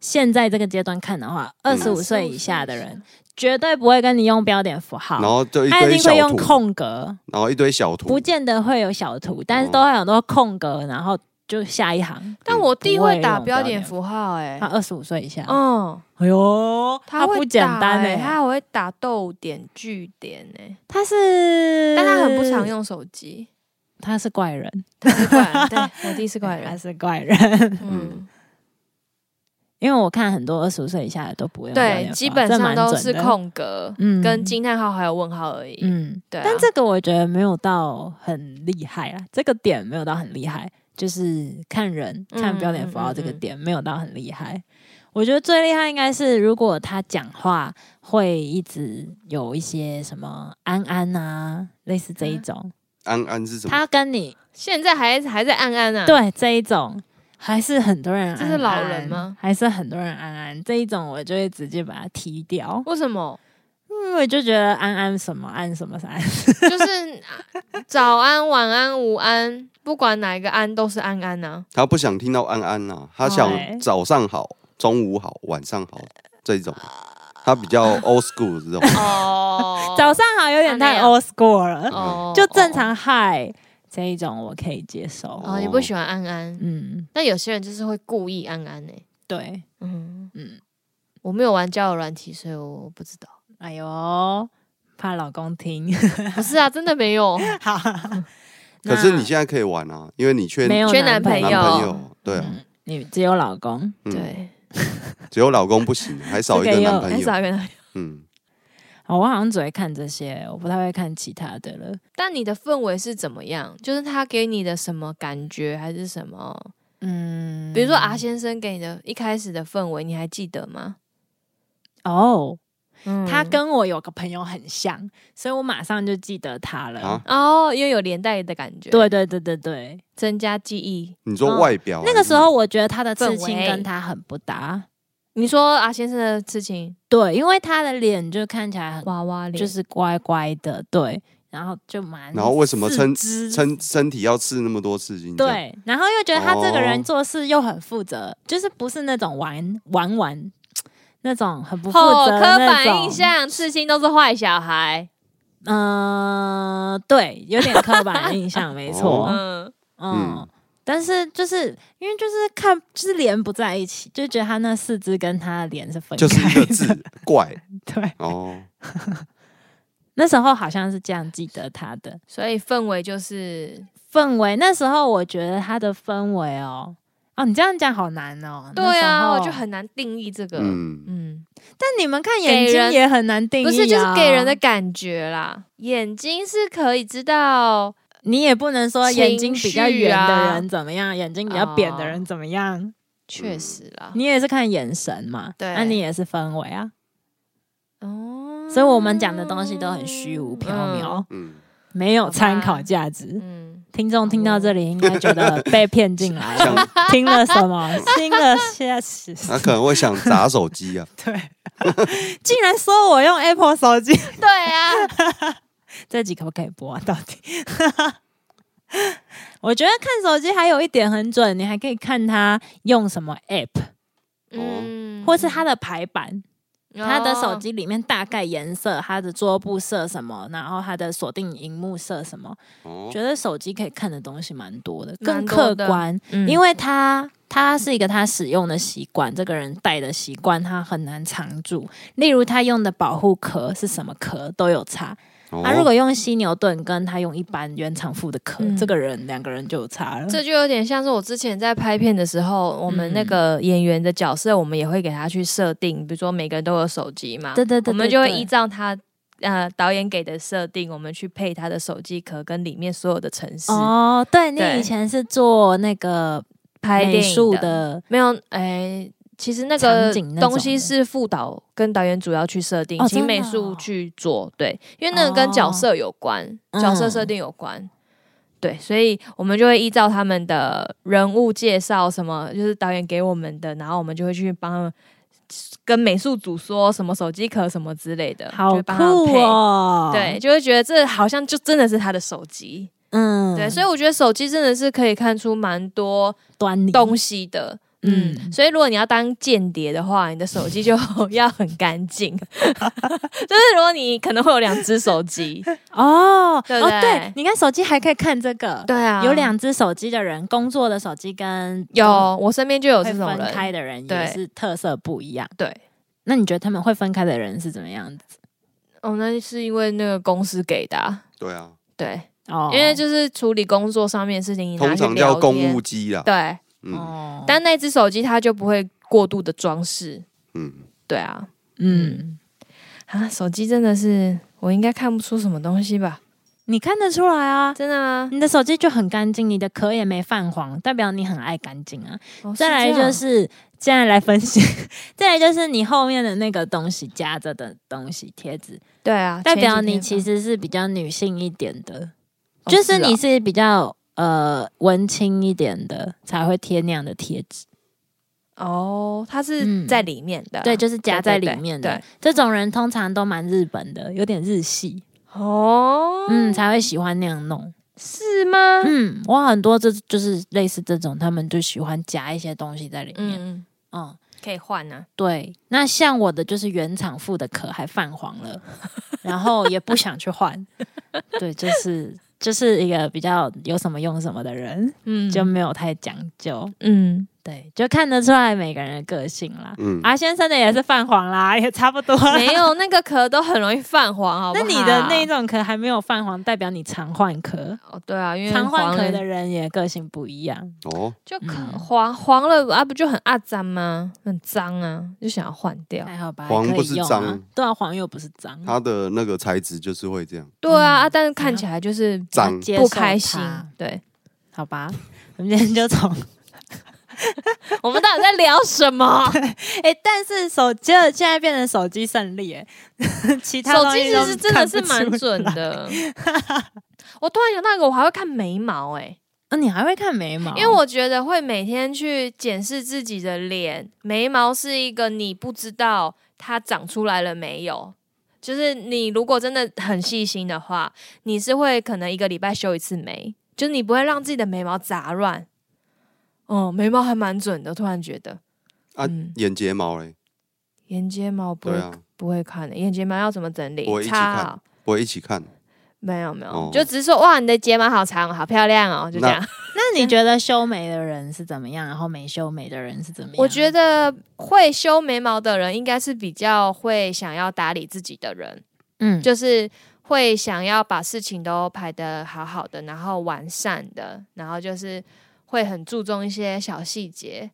Speaker 2: 现在这个阶段看的话，二
Speaker 1: 嗯
Speaker 2: 十五岁以下的
Speaker 3: 嗯
Speaker 2: 人，绝对不会跟你用标点符号，
Speaker 1: 然后就一
Speaker 2: 他一
Speaker 1: 堆
Speaker 2: 定会
Speaker 1: 小
Speaker 2: 用
Speaker 1: 图，
Speaker 2: 空格，
Speaker 1: 然后一堆小
Speaker 2: 不
Speaker 1: 图，哦
Speaker 2: 见得会有小图，但是都会有很多空格，然后就下一行。
Speaker 3: 但我弟会打
Speaker 2: 不会用标
Speaker 3: 标
Speaker 2: 点
Speaker 3: 点符号哎、
Speaker 2: 他二十五岁以下，
Speaker 3: 嗯，
Speaker 2: 哎呦，他
Speaker 3: 会
Speaker 2: 不简
Speaker 3: 打
Speaker 2: 单
Speaker 3: 哎、
Speaker 2: 哎，
Speaker 3: 他还会打逗点、句点哎、
Speaker 2: 他是，
Speaker 3: 但他很不常，用手机。
Speaker 2: 他是怪人， *laughs*
Speaker 3: 他是怪人，对我弟是怪
Speaker 2: 他
Speaker 3: 人，
Speaker 2: 是怪人。
Speaker 3: 嗯，
Speaker 2: 因为我看很多二十五岁以下的都不会用标点
Speaker 3: 对，
Speaker 2: 符号
Speaker 3: 基本上都是。
Speaker 2: 这蛮准的
Speaker 3: 空格，
Speaker 2: 嗯
Speaker 3: 跟惊叹号还有问号而已。
Speaker 2: 嗯，
Speaker 3: 对啊
Speaker 2: 但这个我觉得没有到很厉害啦，这个点没有到很厉害，就是看人
Speaker 3: 嗯
Speaker 2: 看标点符号这个
Speaker 3: 嗯嗯
Speaker 2: 点没有到很厉害。我觉得最厉害应该是，如果他讲话会一直有一些什么安安啊，类似
Speaker 3: 嗯
Speaker 2: 这一种，
Speaker 1: 安安是什么？
Speaker 2: 他跟你
Speaker 3: 现在还还在暗暗啊，，
Speaker 2: 对这一种，还是很多人安
Speaker 3: 这
Speaker 2: 安
Speaker 3: 是老人吗？
Speaker 2: 还是很多人安安这一种，我就会直接把它踢掉，
Speaker 3: 为什么？
Speaker 2: 因为我就觉得安安什么安什么安，
Speaker 3: 就是 *laughs* 啊早安、晚安、午安，不管哪一个安都是啊安安呐、
Speaker 1: 他不想听到安安呐、他
Speaker 2: 哎
Speaker 1: 想早上好、中午好、晚上好这种，
Speaker 2: 啊
Speaker 1: 他比较 old school 这种。
Speaker 2: *laughs*
Speaker 3: 哦
Speaker 2: 早上好有点太 old school 了，
Speaker 3: 哦
Speaker 2: *laughs* 就正。常嗨这一种我可以接受。
Speaker 3: 哦，你不喜欢安安，
Speaker 2: 嗯，
Speaker 3: 但有些人就是会故意欸安安呢、
Speaker 2: 对，
Speaker 3: 嗯
Speaker 2: 嗯
Speaker 3: 嗯，我没有玩交友软体，所以我不
Speaker 2: *laughs*
Speaker 3: 知道。
Speaker 2: 哎呦，怕老公听。
Speaker 3: 不是啊，真的
Speaker 2: *laughs*
Speaker 3: 没有。
Speaker 2: 好，
Speaker 1: *laughs* 可是你现在可以玩啊，因为你缺
Speaker 2: 没有
Speaker 3: 缺
Speaker 2: 男
Speaker 3: 男朋
Speaker 1: 男
Speaker 3: 友
Speaker 1: 朋友，对啊，
Speaker 2: 哎嗯你只有老公，
Speaker 1: 嗯，哎
Speaker 3: 对，啊
Speaker 1: 只有老公不
Speaker 2: *laughs*
Speaker 1: 行，还少一
Speaker 2: 这
Speaker 1: 个
Speaker 2: 个又
Speaker 1: 男朋
Speaker 3: 很
Speaker 1: 友，
Speaker 3: 少跟他。
Speaker 1: 嗯，
Speaker 2: 哦我好像只会看这些，我不太会看其他的了。
Speaker 3: 但你的氛围是怎么样？就是他给你的什么感觉，还是什么？
Speaker 2: 嗯，
Speaker 3: 比如说阿先生给你的一开始的氛围，你还记得吗？
Speaker 2: 哦，
Speaker 3: 嗯
Speaker 2: 他跟我有个朋友很像，所以我马上就记得他了。
Speaker 1: 啊
Speaker 3: 哦，因为有连带的感觉，，
Speaker 2: 对对对对对，
Speaker 3: 增加记忆。
Speaker 1: 你
Speaker 3: 嗯
Speaker 1: 说外表啊还
Speaker 2: 哦那
Speaker 1: 是
Speaker 2: 个时候我觉得他的刺青
Speaker 3: 氛围
Speaker 2: 跟他很不搭，
Speaker 3: 你说阿先生的事情，
Speaker 2: 对，因为他的脸就看起来很
Speaker 3: 娃娃脸，
Speaker 2: 就是乖乖的，对，然后就蛮，
Speaker 1: 然后为什么称
Speaker 2: 称
Speaker 1: 身身体要刺那么多刺青？，
Speaker 2: 对，然后又觉得他这个人
Speaker 1: 哦
Speaker 2: 做事又很负责，就是不是那种玩玩玩那种很不负
Speaker 3: 哦，
Speaker 2: 责
Speaker 3: 刻
Speaker 2: 的那
Speaker 3: 板
Speaker 2: 种，
Speaker 3: 印象，刺青都是坏小孩。
Speaker 2: 嗯、对，有点刻板印
Speaker 1: *laughs*
Speaker 2: 象，没错，嗯。
Speaker 3: 嗯，
Speaker 1: 哦嗯
Speaker 2: 但是就是因为就是看就是连不在一起，就觉得他那四肢跟他的脸是分
Speaker 1: 就是一
Speaker 2: 开
Speaker 1: 个
Speaker 2: 的。
Speaker 1: 字
Speaker 2: *laughs*
Speaker 1: 怪
Speaker 2: 对，
Speaker 1: 哦，
Speaker 2: 那时候好像是这样记得他的。
Speaker 3: 所以氛围就是，
Speaker 2: 氛围，那时候我觉得他的氛围哦，哦，你这样讲好难哦。
Speaker 3: 对
Speaker 2: 那时
Speaker 3: 啊，
Speaker 2: 候
Speaker 3: 我就，很难定义这个。嗯
Speaker 1: 嗯，
Speaker 2: 但你们看眼
Speaker 3: 给
Speaker 2: 睛
Speaker 3: 人
Speaker 2: 也很难定义、啊，
Speaker 3: 不是，就是给人的，感觉啦。眼睛是可以知道，
Speaker 2: 你也不能说
Speaker 3: 情绪啊
Speaker 2: 眼睛比较圆的人怎么样，眼睛比较扁的人怎么样，
Speaker 3: 确实啦。
Speaker 2: 你也是看眼神嘛，
Speaker 3: 对
Speaker 2: 那你也是氛围啊，
Speaker 3: 哦
Speaker 2: 所以我们讲的东西都很虚无缥缈，
Speaker 1: 嗯，
Speaker 2: 没有
Speaker 3: 好吧
Speaker 2: 参考价值。
Speaker 3: 哦嗯。
Speaker 2: 听众听到这里应该觉得被骗进 *laughs* 来
Speaker 1: 想
Speaker 2: 了，听了什么，听了些 *laughs* 什
Speaker 1: 他可能会想砸手机
Speaker 2: *laughs*
Speaker 1: 啊，
Speaker 2: 对，竟然说我用 Apple 手机，
Speaker 3: 嗯对
Speaker 2: *laughs*
Speaker 3: 啊，
Speaker 2: 这集可不可以播、啊？到底？ *laughs* 我觉得看手机还有一点很准，你还可以看他用什么 App，
Speaker 3: 嗯，
Speaker 2: 或是他的排版，
Speaker 3: 哦
Speaker 2: 他的手，机里面大概颜色、他的桌布色什么，然后他的锁定荧幕色什么，
Speaker 1: 哦，
Speaker 2: 觉得手机可以看的东西蛮多的，更
Speaker 3: 蛮多
Speaker 2: 客
Speaker 3: 的
Speaker 2: 观，
Speaker 3: 嗯
Speaker 2: 因为他他是一个他使用的习惯，这个人带的习惯，他很难藏住。例如他用的保护壳是什么壳都有差，他、
Speaker 1: 哦
Speaker 2: 啊、如果用犀牛盾跟他用一般原厂附的壳，
Speaker 3: 嗯
Speaker 2: 这个人两个人就有差了。
Speaker 3: 这就有点像是我之前在拍片的时候，我们那个
Speaker 2: 嗯
Speaker 3: 演员的角色，我们也会给他去设定，比如说每个人都有手机嘛，
Speaker 2: 对对对对
Speaker 3: 我们就会
Speaker 2: 对
Speaker 3: 依照他呃导演给的设定，我们去配他的手机壳跟里面所有的城市、
Speaker 2: 哦，对你
Speaker 3: 对
Speaker 2: 以前是做那个
Speaker 3: 拍
Speaker 2: 美
Speaker 3: 电影
Speaker 2: 术，的，
Speaker 3: 没有哎。其实那
Speaker 2: 场
Speaker 3: 个
Speaker 2: 景那种的
Speaker 3: 东西是副导跟导演主要去设定
Speaker 2: 哦，
Speaker 3: 请
Speaker 2: 真的
Speaker 3: 美
Speaker 2: 哦
Speaker 3: 术去做，对，因为那个跟角色有关，
Speaker 2: 哦
Speaker 3: 角色设定有关，对，所以我们就会依照他们的人物介绍，什么就是导演给我们的，然后我们就会去帮他们跟美术组说什么手机壳什么之类的，就
Speaker 2: 好
Speaker 3: 会帮他们
Speaker 2: 酷
Speaker 3: 配，
Speaker 2: 哦！
Speaker 3: 对，，就会觉得这好像就真的是他的手机，
Speaker 2: 嗯，
Speaker 3: 对，所
Speaker 2: 以
Speaker 3: 以我觉得手机真的是可以看出蛮多
Speaker 2: 端倪
Speaker 3: 东西的。嗯，
Speaker 2: 嗯，
Speaker 3: 所以如果你要当间谍的话，你的手机就 *laughs* 要很干净。 *laughs* 就是如果你可能会有两只手 *laughs* 机，
Speaker 2: 哦，
Speaker 3: 对不
Speaker 2: 哦，
Speaker 3: 对
Speaker 2: 对，你看手机还可以看这个，
Speaker 3: 对啊
Speaker 2: 有两只手机的人，工作的手机跟
Speaker 3: 有，我身边就有
Speaker 2: 会
Speaker 3: 这种
Speaker 2: 分开
Speaker 3: 人，
Speaker 2: 的人也
Speaker 3: 对
Speaker 2: 是特色不一样。
Speaker 3: 对。
Speaker 2: 那你觉得他们会分开的人是怎么样子？
Speaker 3: 哦，那是因为那个公司给的啊、
Speaker 1: 对啊，
Speaker 3: 对，
Speaker 2: 哦
Speaker 3: 因为就是处理工作上面的事情，你拿
Speaker 1: 通
Speaker 3: 去
Speaker 1: 常
Speaker 3: 聊
Speaker 1: 叫
Speaker 3: 天
Speaker 1: 公务机啦，
Speaker 3: 对，
Speaker 1: 嗯，
Speaker 2: 哦，
Speaker 3: 但那只手机它就不会过度的装饰。
Speaker 1: 嗯，
Speaker 3: 对啊，
Speaker 2: 嗯，
Speaker 3: 啊，手机真的是我应该看不出什么东西吧？
Speaker 2: 你看得出来啊，
Speaker 3: 真的吗？
Speaker 2: 你的手机就很干净，你的壳也没泛黄，代表你很爱干净啊。
Speaker 3: 哦
Speaker 2: 再来就，是，现在来分析， *laughs* 再来就是你后面的那个东西夹着的东西贴纸，
Speaker 3: 这样对
Speaker 2: 代
Speaker 3: 啊，
Speaker 2: 表你
Speaker 3: 前几
Speaker 2: 其
Speaker 3: 天
Speaker 2: 实是比较女性一点的，
Speaker 3: 放
Speaker 2: 就
Speaker 3: 哦
Speaker 2: 是
Speaker 3: 哦
Speaker 2: 你是比较呃文青一点的才会贴那样的贴纸。
Speaker 3: 哦，它是
Speaker 2: 嗯
Speaker 3: 在里面的啊，
Speaker 2: 对，就是夹在里面的。
Speaker 3: 对对
Speaker 2: 这种人通常都蛮日本的，有点日系，
Speaker 3: 哦，
Speaker 2: 嗯，才会喜欢那样弄。
Speaker 3: 是吗？
Speaker 2: 嗯，我很多这就是类似这种，他们就喜欢夹一些东西在里面。
Speaker 3: 嗯，
Speaker 2: 嗯，
Speaker 3: 可以换呢。
Speaker 2: 对。那像我的就是原厂附的壳还泛黄了，然后也不想去换。 *laughs* 对，就是。就是一个比较有什么用什么的人，
Speaker 3: 嗯
Speaker 2: 就没有太讲究，
Speaker 3: 嗯，
Speaker 2: 对，就看得出来每个人的个性啦。
Speaker 1: 嗯，
Speaker 2: 阿、先生的也是泛黄啦，也差不多啦
Speaker 3: 没有那个壳都很容易泛黄，好不
Speaker 2: 那
Speaker 3: 好？
Speaker 2: 你的那一种壳还没有泛黄，代表你常换壳。
Speaker 3: 哦，对啊，因为
Speaker 2: 常换
Speaker 3: 黄
Speaker 2: 壳
Speaker 3: 了
Speaker 2: 的人也个性不一样，
Speaker 1: 哦，
Speaker 3: 就可
Speaker 2: 嗯
Speaker 3: 黄黄了啊，不就很阿脏吗？很脏啊，就想要换掉。
Speaker 2: 还好吧？
Speaker 1: 黄
Speaker 2: 还可以
Speaker 1: 不是
Speaker 2: 用啊
Speaker 1: 脏
Speaker 2: 对啊，黄又不是脏，
Speaker 1: 它的那个材质就是会这样
Speaker 3: 对啊，啊但是看起来就是
Speaker 1: 脏，
Speaker 2: 接
Speaker 3: 不
Speaker 2: 受
Speaker 3: 开心
Speaker 2: 它。
Speaker 3: 对，
Speaker 2: 好吧？我们今天就从
Speaker 3: 我们到底在聊什么？
Speaker 2: *laughs* 哎、但是手机现在变成手机胜利、欸， *laughs* 其他
Speaker 3: 手
Speaker 2: 东
Speaker 3: 机
Speaker 2: 西
Speaker 3: 其
Speaker 2: 都
Speaker 3: 实真的
Speaker 2: 看不
Speaker 3: 是蛮
Speaker 2: 出
Speaker 3: 准
Speaker 2: 来。
Speaker 3: 的。我突然想到一个，我还会看眉毛哎、
Speaker 2: 啊，你还会看眉毛？
Speaker 3: 因为我觉得会每天去检视自己的脸，眉毛是一个你不知道它长出来了没有。就是你如果真的很细心的话，你是会可能一个礼拜修一次眉，就是你不会让自己的眉毛杂乱。哦、眉毛还蛮准的，突然觉得。
Speaker 1: 啊
Speaker 3: 嗯，
Speaker 1: 眼睫毛嘞，
Speaker 3: 眼睫毛不会、
Speaker 1: 对啊，
Speaker 3: 不会看的，眼睫毛要怎么整理？
Speaker 1: 我一起
Speaker 3: 擦
Speaker 1: 看
Speaker 3: 好
Speaker 1: 我一起
Speaker 2: 哦
Speaker 1: 看，
Speaker 3: 没有没有，
Speaker 1: 哦
Speaker 3: 就只是说哇，你的睫毛好长，好漂亮哦，就这
Speaker 1: 那
Speaker 3: 样。
Speaker 2: 那你觉得修眉的人是怎么样？然后没修眉的人是怎么样？
Speaker 3: 我觉得会修眉毛的人，应该是比较会想要打理自己的人，
Speaker 2: 嗯，
Speaker 3: 就是会想要把事情都排得好好的，然后完善的，然后就是会很注重一些小细节。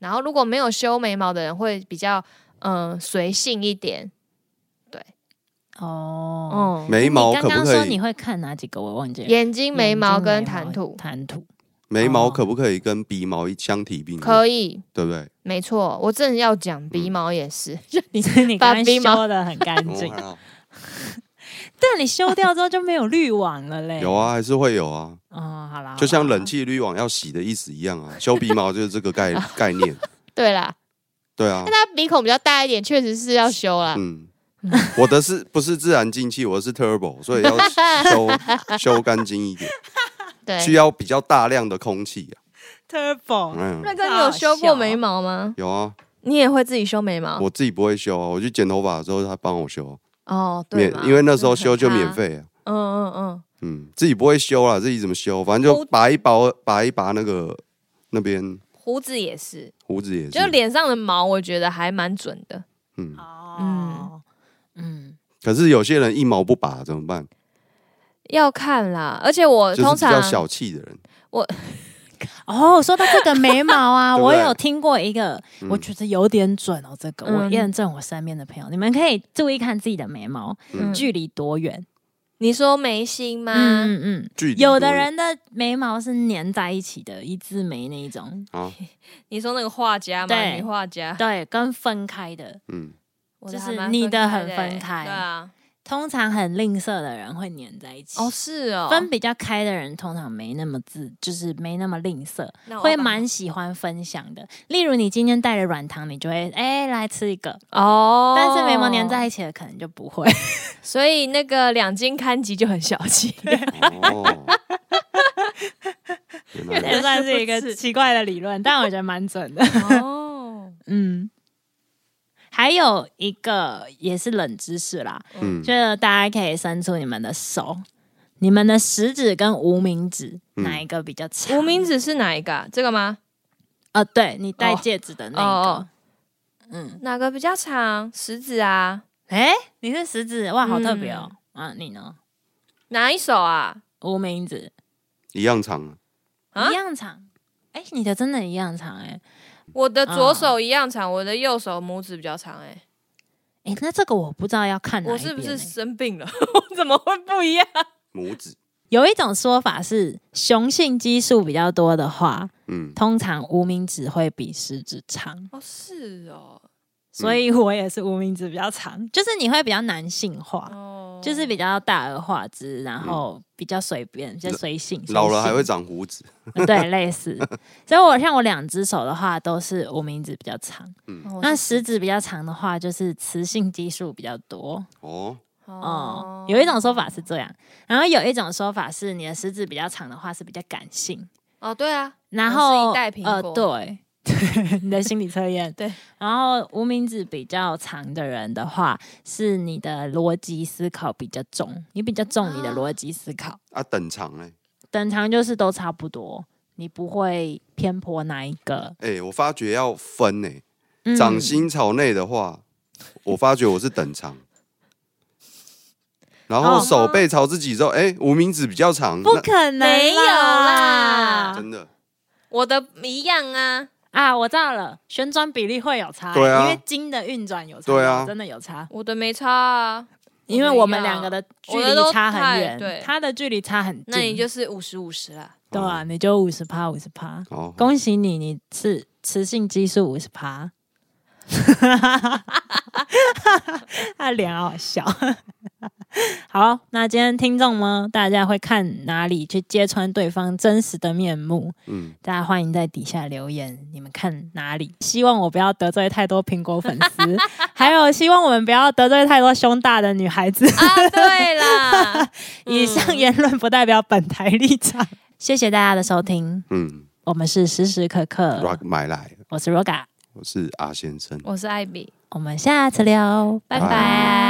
Speaker 3: 然后如果没有修眉毛的人，会比较嗯随性一点。
Speaker 2: 哦，
Speaker 3: 嗯，
Speaker 1: 眉毛
Speaker 2: 你
Speaker 1: 可
Speaker 2: 刚
Speaker 1: 不
Speaker 2: 刚说
Speaker 1: 可
Speaker 2: 你哦
Speaker 1: 以？
Speaker 2: 会看哪几个？我忘记了。
Speaker 3: 眼睛、眉毛
Speaker 2: 眼睛
Speaker 3: 跟谈吐
Speaker 2: 谈吐。 *laughs*
Speaker 1: 眉毛
Speaker 2: 哦
Speaker 1: 可不可以跟鼻毛一相提并论？
Speaker 3: 可以，
Speaker 1: 对不对？
Speaker 3: 没错。我正要讲鼻毛也是，
Speaker 2: 你你
Speaker 3: 把
Speaker 2: 刚刚
Speaker 3: 鼻毛
Speaker 2: 修的很干
Speaker 1: *laughs* 哦
Speaker 2: 净，
Speaker 1: 还好
Speaker 2: 但你修掉之后就没有滤网了嘞。
Speaker 1: 有，啊，还是会有啊，
Speaker 2: 哦，好啦，
Speaker 1: 就像
Speaker 2: 好啦
Speaker 1: 冷，气滤网要洗的意思一样啊，修鼻毛就是这个概
Speaker 3: 哦
Speaker 1: *laughs* 概念，
Speaker 3: *laughs* 对啦，
Speaker 1: 对
Speaker 3: *laughs*
Speaker 1: 啊，
Speaker 3: 但他鼻孔比较大一点，确实是要修啦。
Speaker 1: 嗯，我的是不是自然进气？我的是 turbo，所以
Speaker 3: *laughs*
Speaker 1: 要修修干净一点，
Speaker 3: 对，哦
Speaker 1: 需要比较大量的空气啊。
Speaker 2: Turbo，
Speaker 1: 嗯，
Speaker 3: 瑞哥，你有修
Speaker 2: 好
Speaker 3: 过
Speaker 2: 笑
Speaker 3: 眉毛吗？
Speaker 1: 有啊，
Speaker 3: 你也会自己修眉毛？
Speaker 1: 我自己不会修啊，我去剪头发的时候他帮我修，
Speaker 3: 哦，对
Speaker 1: 免
Speaker 3: 嘛，
Speaker 1: 因为那时候修就免
Speaker 3: 很差。
Speaker 1: 费啊。
Speaker 3: *laughs* 嗯嗯嗯，
Speaker 1: 嗯，自己不会修啦，自己怎么修？反正就拔一拔，拔一拔那个那边
Speaker 3: 胡子也是，
Speaker 1: 胡子也是，
Speaker 3: 就脸上的毛，我觉得还蛮准的。
Speaker 1: 嗯，
Speaker 2: 哦，嗯，
Speaker 1: 可是有些人一毛不拔怎么办？
Speaker 3: 要看啦，而且我
Speaker 1: 就是
Speaker 3: 通
Speaker 1: 比较
Speaker 3: 常
Speaker 1: 小气的人，
Speaker 2: 哦，说到这个眉毛啊，
Speaker 1: *laughs* 对不
Speaker 2: 我
Speaker 1: 对
Speaker 2: 有听过一个，
Speaker 1: 嗯
Speaker 2: 我觉得有点准哦。这个
Speaker 3: 嗯
Speaker 2: 我验证我身边的朋友，你们可以注意看自己的眉毛
Speaker 1: 嗯
Speaker 2: 距离多远。
Speaker 3: 你说眉心吗？
Speaker 2: 嗯嗯，
Speaker 1: 距离
Speaker 2: 有
Speaker 1: 多
Speaker 2: 的
Speaker 1: 远
Speaker 2: 人的眉毛是粘在一起的，一字眉那一种，
Speaker 1: 啊，
Speaker 3: 你说那个画家吗？
Speaker 2: 对
Speaker 3: 女画家，
Speaker 2: 对，跟分开的。 *laughs*
Speaker 1: 嗯，
Speaker 3: 我的
Speaker 2: 就
Speaker 3: 还
Speaker 2: 是
Speaker 3: 蛮
Speaker 2: 你的
Speaker 3: 分开
Speaker 2: 很分开
Speaker 3: 对啊，
Speaker 2: 通常很吝啬的人会粘在一起。
Speaker 3: 哦是哦，
Speaker 2: 分比较开的人通常没那么自，就是没那么吝啬，
Speaker 3: 那我
Speaker 2: 会
Speaker 3: 把
Speaker 2: 蛮喜欢分享的。例如你今天带了软糖，你就会哎、来吃一个，
Speaker 3: 哦，
Speaker 2: 但是眉毛粘在，一起的可能就
Speaker 1: *laughs*
Speaker 2: 不会。
Speaker 3: 所以那个两斤看集就很小气。
Speaker 1: 哦，原来
Speaker 2: *laughs* 这算是一个奇怪的理论，但我觉得蛮准的。
Speaker 3: *laughs* 哦，
Speaker 2: 嗯，还有一个也是冷知识啦， *laughs*
Speaker 1: 嗯
Speaker 2: 就是大家可以伸出你们的手，你们的食指跟无名指、
Speaker 1: 嗯
Speaker 2: 哪一个比较长？
Speaker 3: 无名指是哪一个啊？这个吗？
Speaker 2: 呃，对你戴
Speaker 3: 哦
Speaker 2: 戒指的那个，
Speaker 3: 哦哦
Speaker 2: 嗯，
Speaker 3: 哪个比较长？食指啊？
Speaker 2: 哎、你是食指，哇，好特别哦。
Speaker 3: 嗯
Speaker 2: 啊，你呢？
Speaker 3: 哪一手啊？
Speaker 2: 无名指
Speaker 1: 一样长啊，
Speaker 3: 啊
Speaker 2: 一样长。哎、哎、你的真的一样长哎、
Speaker 3: 我
Speaker 2: 嗯
Speaker 3: 的左手一样长，我的右手拇指比较长、哎，
Speaker 2: 哎、那这个我不知道要看哪一
Speaker 3: 我
Speaker 2: 边、
Speaker 3: 是不是
Speaker 2: 欸
Speaker 3: 生病了？ *laughs* 我怎么会
Speaker 2: *laughs*
Speaker 3: 不一样？
Speaker 1: 拇指，
Speaker 2: 有一种说法是，雄性激素比较多的话，
Speaker 1: 嗯，
Speaker 2: 通常无名指会比食指长，
Speaker 3: 哦，是哦，
Speaker 2: 所以我也是无名指比较长，就是你会比较男性化，
Speaker 3: 哦，
Speaker 2: 就是比较大而化之，然后比较随便，比较随性。随
Speaker 1: 老了还
Speaker 2: 性
Speaker 1: 会长胡子，
Speaker 2: 对，类 *laughs* 似。所以我像我两只手的话，都是无名指比较长，
Speaker 3: 哦
Speaker 2: 那
Speaker 3: 是
Speaker 2: 食指比较长的话，就是雌性激素比较多。
Speaker 1: 哦，
Speaker 2: 哦、有一种说法是这样，然后有一种说法是你的食指比较长的话是比较感性，
Speaker 3: 哦，对啊，
Speaker 2: 然
Speaker 3: 我是
Speaker 2: 后
Speaker 3: 一袋苹
Speaker 2: 呃，
Speaker 3: 果
Speaker 2: 对。你的心理测验
Speaker 3: 对，
Speaker 2: 然后无名指比较长的人的话，是你的逻辑思考比较重，你比较重你的逻辑思考，
Speaker 1: 啊，等长嘞，
Speaker 2: 等长就是都差不多，你不会偏颇哪一个。
Speaker 1: 哎，我发觉要分呢，
Speaker 2: 嗯
Speaker 1: 掌心朝内的话，我发觉我是等长。然后
Speaker 2: 哦
Speaker 1: 手背朝自己之后，哎，无名指比较长，
Speaker 2: 不
Speaker 1: 那
Speaker 2: 可能啦，
Speaker 3: 没有啦
Speaker 1: 真的
Speaker 3: 我的一样啊，
Speaker 2: 啊！我知道了，旋转比例会有差、
Speaker 1: 对啊
Speaker 2: 因为经的运转有差，
Speaker 1: 对啊
Speaker 2: 真的有差，
Speaker 3: 我的没差啊，
Speaker 2: 因为
Speaker 3: 我
Speaker 2: 我
Speaker 3: 们
Speaker 2: 们
Speaker 3: 一样
Speaker 2: 两个的距
Speaker 3: 我的都
Speaker 2: 离差很远，
Speaker 3: 太对
Speaker 2: 他的距离差很近，
Speaker 3: 那你就是五十五十啦。
Speaker 2: 对啊，你就五十趴，五十趴，
Speaker 1: 哦，
Speaker 2: 恭喜你，你是雌性激素五十趴。他脸好好笑。好，那今天听众呢，大家会看哪里去揭穿对方真实的面目？
Speaker 1: 嗯，
Speaker 2: 大家欢迎在底下留言，你们看哪里？希望我不要得罪太多苹果粉丝， *laughs* 还有希望我们不要得罪太多胸大的女孩子。
Speaker 3: 啊，对
Speaker 2: *laughs*
Speaker 3: 啦，
Speaker 1: 嗯
Speaker 2: 以上言论不代表本台立场。谢谢大家的收听，
Speaker 1: 嗯
Speaker 2: 我们是时时刻刻
Speaker 1: ，Rock，买来，
Speaker 2: 我是 Roga，
Speaker 1: 我是阿先生。
Speaker 3: 我是艾比，
Speaker 2: 我们下次聊，
Speaker 3: 拜
Speaker 1: 拜
Speaker 3: 拜。